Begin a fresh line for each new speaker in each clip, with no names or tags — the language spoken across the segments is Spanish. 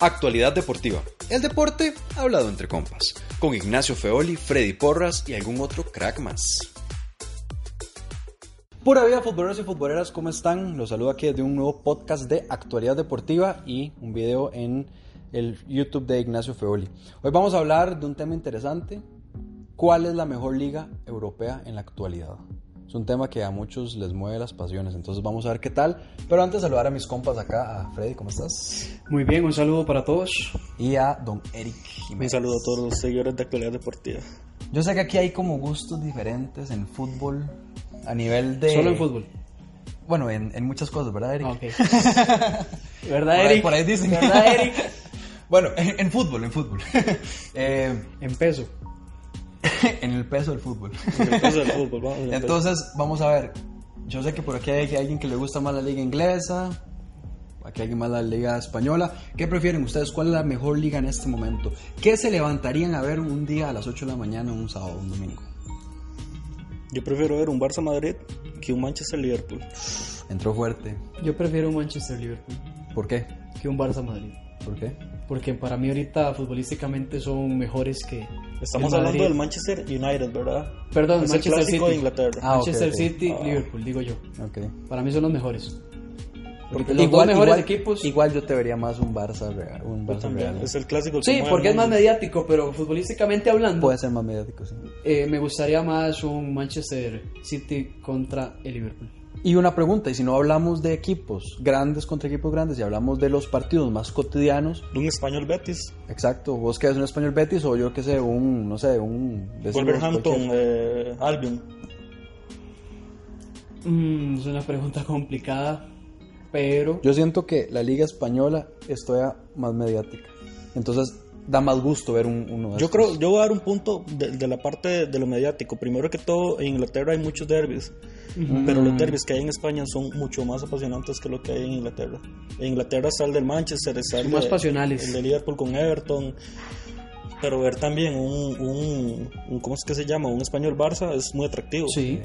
Actualidad deportiva. El deporte hablado entre compas. Con Ignacio Feoli, Freddy Porras y algún otro crack más. Pura vida, futboleros y futboleras, ¿cómo están? Los saludo aquí desde un nuevo podcast de Actualidad Deportiva y un video en el YouTube de Ignacio Feoli. Hoy vamos a hablar de un tema interesante. ¿Cuál es la mejor liga europea en la actualidad? Es un tema que a muchos les mueve las pasiones, entonces vamos a ver qué tal. Pero antes saludar a mis compas acá, a Freddy, ¿cómo estás?
Muy bien, un saludo para todos.
y a don Eric
Un
Jiménez.
saludo a todos los seguidores de Actualidad Deportiva.
Yo sé que aquí hay como gustos diferentes en fútbol, a nivel de...
Solo en fútbol.
Bueno, en, en muchas cosas, ¿verdad, Eric?
Ah, ok.
Por
¿Verdad,
ahí,
Eric?
por ahí dicen.
¿Verdad, Eric?
bueno, en, en fútbol, en fútbol. Eh,
En peso.
en el peso del fútbol.
Entonces, el fútbol, vamos, el
Entonces, vamos a ver. Yo sé que por aquí hay alguien que le gusta más la liga inglesa, aquí hay alguien más la liga española. ¿Qué prefieren ustedes? ¿Cuál es la mejor liga en este momento? ¿Qué se levantarían a ver un día a las 8 de la mañana, un sábado, un domingo?
peso. Yo prefiero ver un Barça Madrid que un Manchester Liverpool.
Entró fuerte.
Yo prefiero un Manchester Liverpool
¿Por qué?
que un Barça Madrid.
¿Por qué?
Porque para mí ahorita futbolísticamente son mejores que.
Estamos
el
hablando
Madrid.
del Manchester United, ¿verdad?
Perdón,
es
Manchester
el clásico
City.
de Inglaterra.
Ah, ok,
Manchester
ok.
City,
Ah.
Liverpool, digo yo.
Ok.
Para mí son los mejores. Porque los
igual,
dos mejores
igual-
equipos.
Igual yo te vería más un Barça Real. Un
Yo
Barça
también,
Real.
Es el clásico. que
Sí,
mueve
porque
el
es más
mundo.
mediático, pero futbolísticamente hablando,
Puede ser más mediático, sí.
eh, me gustaría más un Manchester City contra el Liverpool.
Y una pregunta, y si no hablamos de equipos grandes contra equipos grandes, y hablamos de los partidos más cotidianos,
De un español Betis,
exacto, vos que es un español Betis o yo que sé, un, no sé, un... decimos
Wolverhampton,
cualquier-
eh, Albion.
Mm, es una pregunta complicada, pero
Yo siento que la liga española es todavía más mediática, entonces da más gusto ver un, uno de
Yo
estos.
creo, yo voy a dar un punto de, de la parte de, de lo mediático. Primero que todo, en Inglaterra hay muchos derbis, pero los derbis que hay en España son mucho más apasionantes que lo que hay en Inglaterra. En Inglaterra está el del Manchester, está el,
Son más
de-
pasionales.
el de Liverpool con Everton. Pero ver también un, un- un- ¿cómo es que se llama? Un español Barça es muy atractivo.
sí.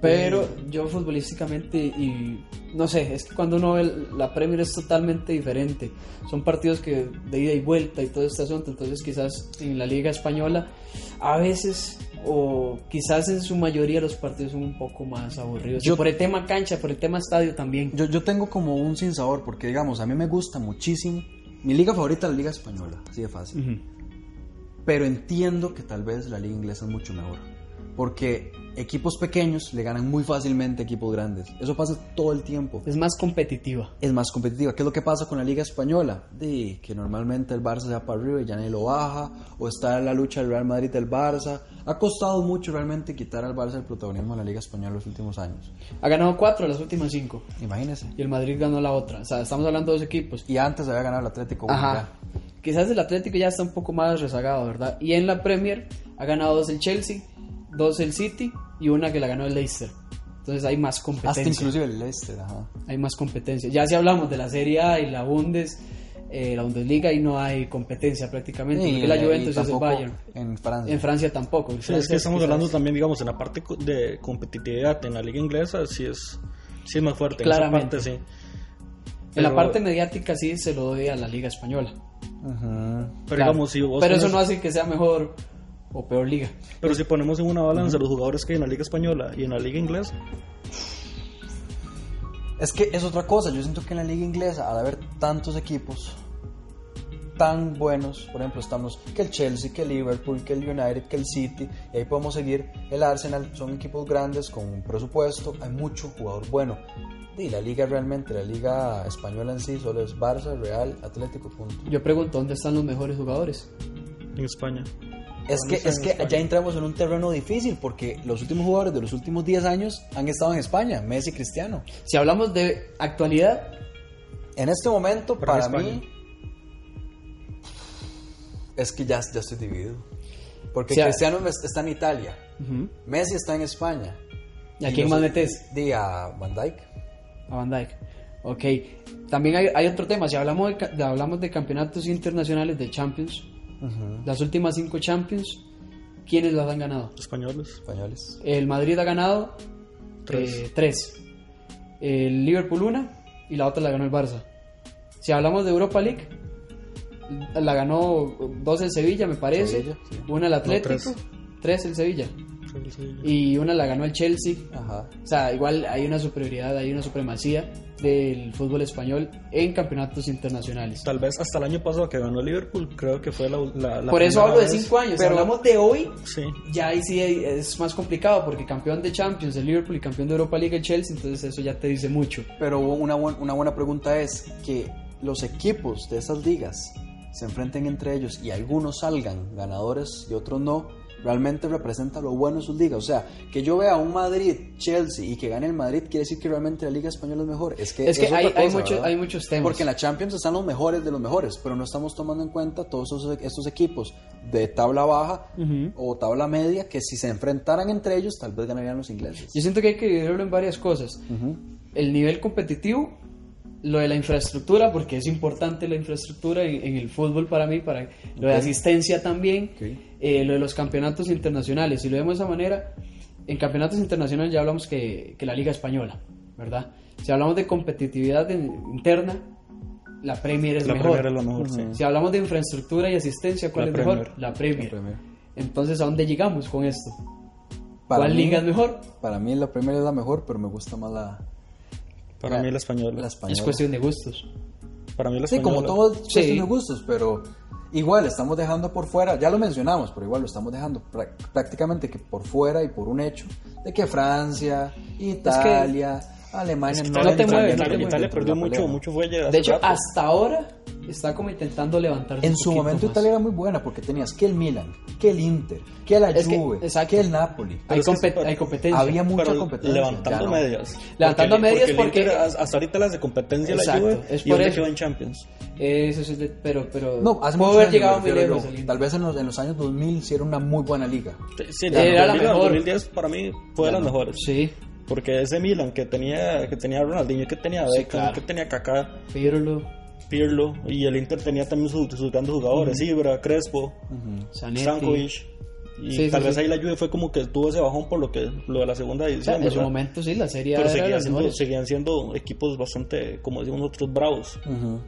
Pero yo futbolísticamente y no sé, es que cuando uno ve la Premier es totalmente diferente. Son partidos que de ida y vuelta y todo este asunto, entonces quizás en la liga española a veces o quizás en su mayoría los partidos son un poco más aburridos.
Yo-
Y por el tema cancha, por el tema estadio también.
Yo, yo tengo como un sinsabor, porque digamos, a mí me gusta muchísimo, mi liga favorita es la liga española, así de fácil.
Ujú.
pero entiendo que tal vez la liga inglesa es mucho mejor. Porque equipos pequeños le ganan muy fácilmente a equipos grandes. Eso pasa todo el tiempo.
Es más competitiva.
Es más competitiva. ¿Qué es lo que pasa con la liga española? De que normalmente el Barça se va para arriba y ya nadie lo baja. O está la lucha del Real Madrid del Barça. Ha costado mucho realmente quitar al Barça el protagonismo en la liga española en los últimos años.
Ha ganado cuatro de las últimas cinco.
Imagínense.
Y el Madrid ganó la otra. O sea, estamos hablando de dos equipos.
Y antes había ganado el Atlético. bueno,
Ajá. Quizás el Atlético ya está un poco más rezagado, ¿verdad? Y en la Premier ha ganado dos el Chelsea, dos el City y una que la ganó el Leicester. Entonces hay más
ya. Hasta
competencia.
inclusive el Leicester. Ajá.
Hay más competencia. Ya si hablamos de la Serie A y la Bundes, eh, la Bundesliga y no hay competencia prácticamente. porque la
y
Juventus es el
tampoco
Bayern.
En Francia.
En Francia tampoco.
Sí, es
Francia
que estamos
quizás-
hablando también, digamos, en la parte co- de competitividad en la liga inglesa, sí es, sí es más fuerte.
Claramente.
En esa parte,
En la
pero-
parte mediática sí se lo doy a la Liga Española.
Ajá.
sí. Pero,
Claro.
digamos, si vos
Pero eso
pones-
no hace que sea mejor o peor liga.
pero si ponemos en una balanza los jugadores que hay en la liga española y en la liga inglesa,
Es que es otra cosa, yo siento que en la liga inglesa, al haber tantos equipos tan buenos, por ejemplo, estamos que el Chelsea, que el Liverpool, que el United, que el City, y ahí podemos seguir el Arsenal, son equipos grandes con un presupuesto, hay mucho jugador bueno. Y la liga realmente, la liga española en sí, solo es Barça, Real, Atlético, punto.
Yo pregunto, ¿dónde están los mejores jugadores?
en España.
Es que, es que ya entramos en un terreno difícil porque los últimos jugadores de los últimos 10 años han estado en España, Messi, Cristiano.
Si hablamos de actualidad,
En este momento,
Para mí
para
España.
mí, es que ya, ya estoy dividido. Porque
O sea-
Cristiano me- está en Italia,
Ujú.
Messi está en España.
¿Y a quién
yo
más
soy-
metes?
Di a Van Dijk.
A Van Dijk. Ok. También hay, hay otro tema. Si hablamos de, ca- de- hablamos de campeonatos internacionales, de Champions, las últimas cinco Champions, ¿quiénes las han ganado?
Españoles.
Españoles.
El Madrid ha ganado
Tres.
eh, tres. El Liverpool una y la otra la ganó el Barça. Si hablamos de Europa League, la ganó dos el Sevilla, me parece.
Sevilla, sí.
Una el Atlético,
tres.
tres el Sevilla. Y una la ganó el Chelsea.
Ajá.
O sea, igual hay una superioridad, hay una supremacía del fútbol español en campeonatos internacionales.
Tal vez hasta el año pasado que ganó Liverpool, creo que fue la. la- la
Por eso
primera
hablo de
vez.
cinco años.
Pero-
si hablamos de hoy,
Sí.
ya ahí sí es más complicado porque campeón de Champions el Liverpool y campeón de Europa League el Chelsea, entonces eso ya te dice mucho.
Pero una, buen- una buena pregunta es que los equipos de esas ligas se enfrenten entre ellos y algunos salgan ganadores y otros no, realmente representa lo bueno de sus ligas. O sea, que yo vea un Madrid, Chelsea y que gane el Madrid quiere decir que realmente la liga española es mejor. Eh, Es que,
Es que
otra
hay- hay muchos-
¿verdad?
hay muchos temas.
Porque en la Champions están los mejores de los mejores, pero no estamos tomando en cuenta todos esos- estos equipos de tabla baja o tabla media que si se enfrentaran entre ellos tal vez ganarían los ingleses.
Yo siento que hay que dividirlo en varias cosas.
Ujú.
El nivel competitivo, lo de la infraestructura, porque es importante la infraestructura en, en el fútbol para mí, para lo de
Ok.
asistencia también,
Ok.
eh, lo de los campeonatos internacionales. Si lo vemos de esa manera, en campeonatos internacionales ya hablamos que, que la Liga Española, ¿verdad? Si hablamos de competitividad en- interna, la Premier es
La
mejor.
primera es la mejor, sí.
Si hablamos de infraestructura y asistencia, ¿cuál
La
es
Premier.
mejor? La Premier.
La Premier.
Entonces, ¿a dónde llegamos con esto?
Para
¿Cuál
mí-
liga es mejor?
Para mí la primera es la mejor, pero me gusta más la,
Para
La-
mí la española.
la española.
Es cuestión de gustos.
Para mí la
Sí,
española.
como todo es cuestión
Sí.
de gustos, pero igual estamos dejando por fuera, ya lo mencionamos, pero igual lo estamos dejando prá- prácticamente que por fuera y por un hecho de que Francia, Italia, Alemania
Italia,
no,
no te
Italia-
mueves, no
Italia,
te mueves.
Italia perdió mucho, mucho fuelle. hace
De hecho,
rato.
hasta ahora está como intentando levantarse.
En
un
su
poquito
momento
más.
Italia era muy buena porque tenías que el Milan, que el Inter, que la
Es que-
Juve, que,
exacto.
el Napoli.
Hay,
Pero es que
compet-
se-
hay competencia.
Había mucha
Pero
competencia,
Levantando
ya no.
medias.
Levantando
Porque-
medias
el
porque-
Inter hasta- hasta ahorita las de competencia
Exacto,
la Juve
es
y
por
ahora
eso.
que va en Champions.
Eso sí es de- pero, pero.
No, hace
pudo
muchos
haber
años,
llegado
me
muy
refiero
lejos.
yo.
el
Tal
Inter.
vez en los, en los años 2000 sí era una muy buena liga.
Sí,
Era
del
la
2000 al
mejor.
2010 para mí fue de las mejores.
Sí,
Porque ese Milan que tenía que tenía Ronaldinho, que tenía Beckham,
claro.
que tenía Kaká,
Pirlo,
Pirlo y el Inter tenía también sus, sus grandes jugadores, Ibra, Crespo,
Zanetti.
Stankovic. Y
Sí, sí,
tal vez
sí.
ahí la Juve fue como que tuvo ese bajón por lo que lo de la segunda
O sea, en
división.
su
¿verdad?
momento sí, la serie
Pero
era de
seguían
las
siendo,
mejores.
seguían siendo equipos bastante, como decimos nosotros, bravos.
Ujú.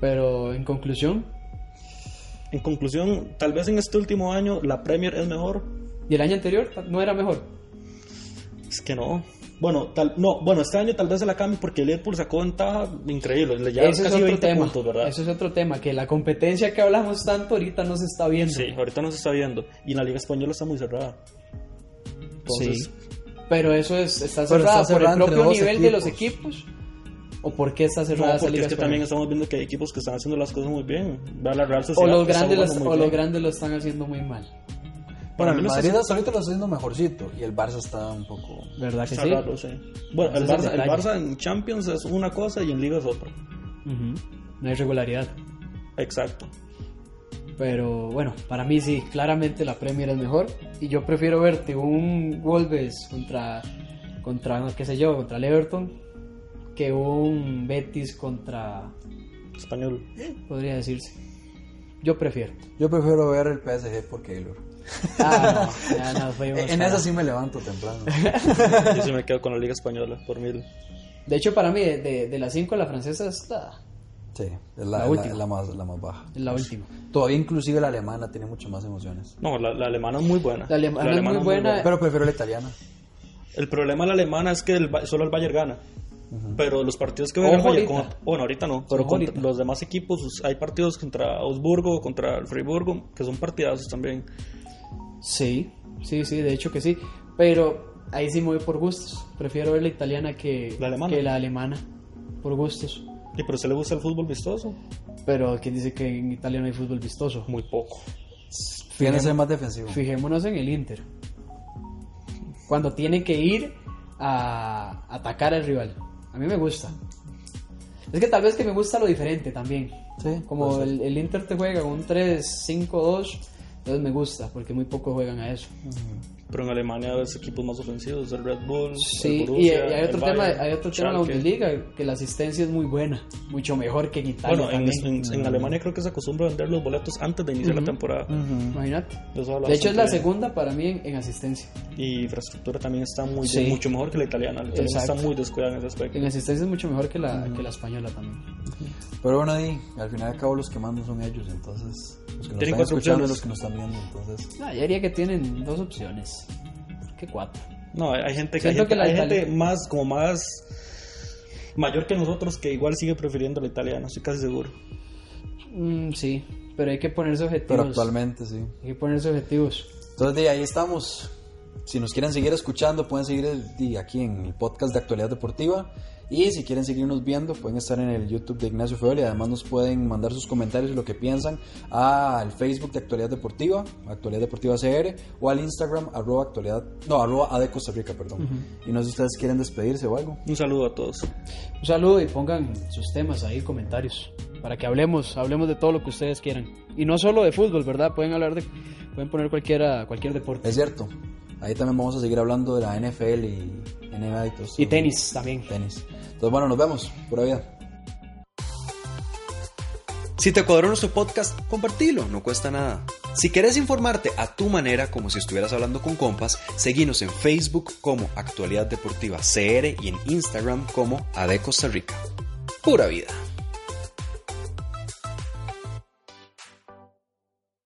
Pero en conclusión,
En conclusión, tal vez en este último año la Premier es mejor.
¿y el año anterior no era mejor?
Es que no. Bueno, tal, no, bueno, este año tal vez se la cambie porque el Liverpool sacó ventaja increíble. Le llevaron
Ese es
casi
otro
20
tema.
puntos, ¿verdad?
Eso es otro tema, que la competencia que hablamos tanto ahorita no se está viendo.
Sí, ahorita no se está viendo. Y la Liga Española está muy cerrada. Entonces,
Sí. Pero eso es,
Pero está
está cerrada por
cerrada
el
entre
propio
dos
nivel de los equipos. ¿O por qué está cerrada
no,
esa
porque
liga
es que
española?
también estamos viendo que hay equipos que están haciendo las cosas muy bien. Vea la Real
o
Sociedad.
los
que está
grandes
jugando
las-
muy
o los
bien.
grandes lo están haciendo muy mal.
Para
Bueno,
mí
el
los
Madrid hasta ahorita lo está haciendo mejorcito y el Barça está un poco...
¿Verdad que
está
sí?
raro, sí. Bueno, el
Ese es el
Barça, el
detalle.
Barça en Champions es una cosa y en Liga es otra.
Ujú. No hay regularidad.
Exacto.
Pero bueno, para mí sí, claramente la Premier es mejor. Y yo prefiero verte un Wolves contra, contra no, qué sé yo, contra el Everton, que un Betis contra,
Español.
podría decirse. Yo prefiero.
Yo prefiero ver el PSG por Keylor.
Ah, no, ya nos fuimos
En
para-
esa sí me levanto temprano.
Yo sí me quedo con la Liga Española por mil.
De hecho, para mí, de, de- de las cinco, la francesa está
Sí, es la,
La
es la-
última.
es la más, la más baja.
en la última.
Todavía inclusive la alemana tiene muchas más emociones.
No, la, la alemana es muy buena.
La alemana es muy buena.
Pero prefiero la italiana.
El problema de la alemana es que el Ba- solo el Bayern gana. Pero los partidos que va a
Ojo
ganar el Bayern,
ahorita.
con- bueno, ahorita no, pero
Ojo
contra
ahorita.
los demás equipos, pues, hay partidos contra Augsburgo, contra el Friburgo, que son partidazos también.
Sí, sí, sí, de hecho que sí. Pero ahí sí me voy por gustos. Prefiero ver la italiana que
La alemana.
Que la alemana por gustos.
¿Y pero se le gusta el fútbol vistoso?
Pero ¿quién dice que en Italia no hay fútbol vistoso?
Muy poco.
Tiene que ser más defensivo.
Fijémonos en el Inter. Cuando tiene que ir a atacar al rival. A mí me gusta. Es que tal vez que me gusta lo diferente también.
Sí, puede
Como
ser.
el, el Inter te juega con un 3-5-2, entonces me gusta, porque muy pocos juegan a eso.
Pero en Alemania ves equipos más ofensivos, el Red Bull.
Sí,
el
y hay-
Borussia,
hay
el
otro tema,
Bayern,
hay otro tema en la
Schalke.
Bundesliga, que la asistencia es muy buena, mucho mejor que en Italia.
Bueno, en,
también.
en-
Mm.
en Alemania creo que se acostumbra a vender los boletos antes de iniciar la temporada.
Imagínate.
Eso habla
De hecho, es la
bastante bien.
segunda para mí en, en asistencia.
Y infraestructura también está muy
Sí.
bien, mucho mejor que la italiana. La italiana
Exacto.
está muy descuidada en ese aspecto.
En asistencia es mucho mejor que la, que la española también.
Pero bueno, ahí, al final y al cabo los que mandan son ellos, entonces los que nos
Tienen
están
cuatro
escuchando y
opciones.
los que nos están viendo, entonces...
No, yo diría que tienen dos opciones. ¿Qué cuatro?
No, hay hay gente que, hay
Siento
gente,
que la
hay gente
italiana-
más, como más mayor que nosotros que igual sigue prefiriendo la italiana, estoy casi seguro.
Mm, sí, pero hay que ponerse objetivos.
Pero actualmente, sí.
Hay que ponerse objetivos.
Entonces, de ahí estamos. Si nos quieren seguir escuchando, pueden seguir el- di- aquí en el podcast de Actualidad Deportiva. Y si quieren seguirnos viendo, pueden estar en el YouTube de Ignacio Feoli. Además, nos pueden mandar sus comentarios y lo que piensan al Facebook de Actualidad Deportiva, Actualidad Deportiva CR, o al Instagram, arroba actualidad, no, arroba AD Costa Rica, perdón. Y no sé si ustedes quieren despedirse o algo.
Un saludo a todos.
Un saludo y pongan sus temas ahí, comentarios, para que hablemos, hablemos de todo lo que ustedes quieran. Y no solo de fútbol, ¿verdad? Pueden hablar de, pueden poner cualquiera, cualquier deporte.
Es cierto. Ahí también vamos a seguir hablando de la NFL y NBA y todo esto.
Y tenis también.
tenis. Entonces, bueno, nos vemos. Pura vida. Si te cuadró nuestro podcast, compartilo, no cuesta nada. Si querés informarte a tu manera, como si estuvieras hablando con compas, seguinos en Facebook como Actualidad Deportiva CR y en Instagram como AD Costa Rica. Pura vida.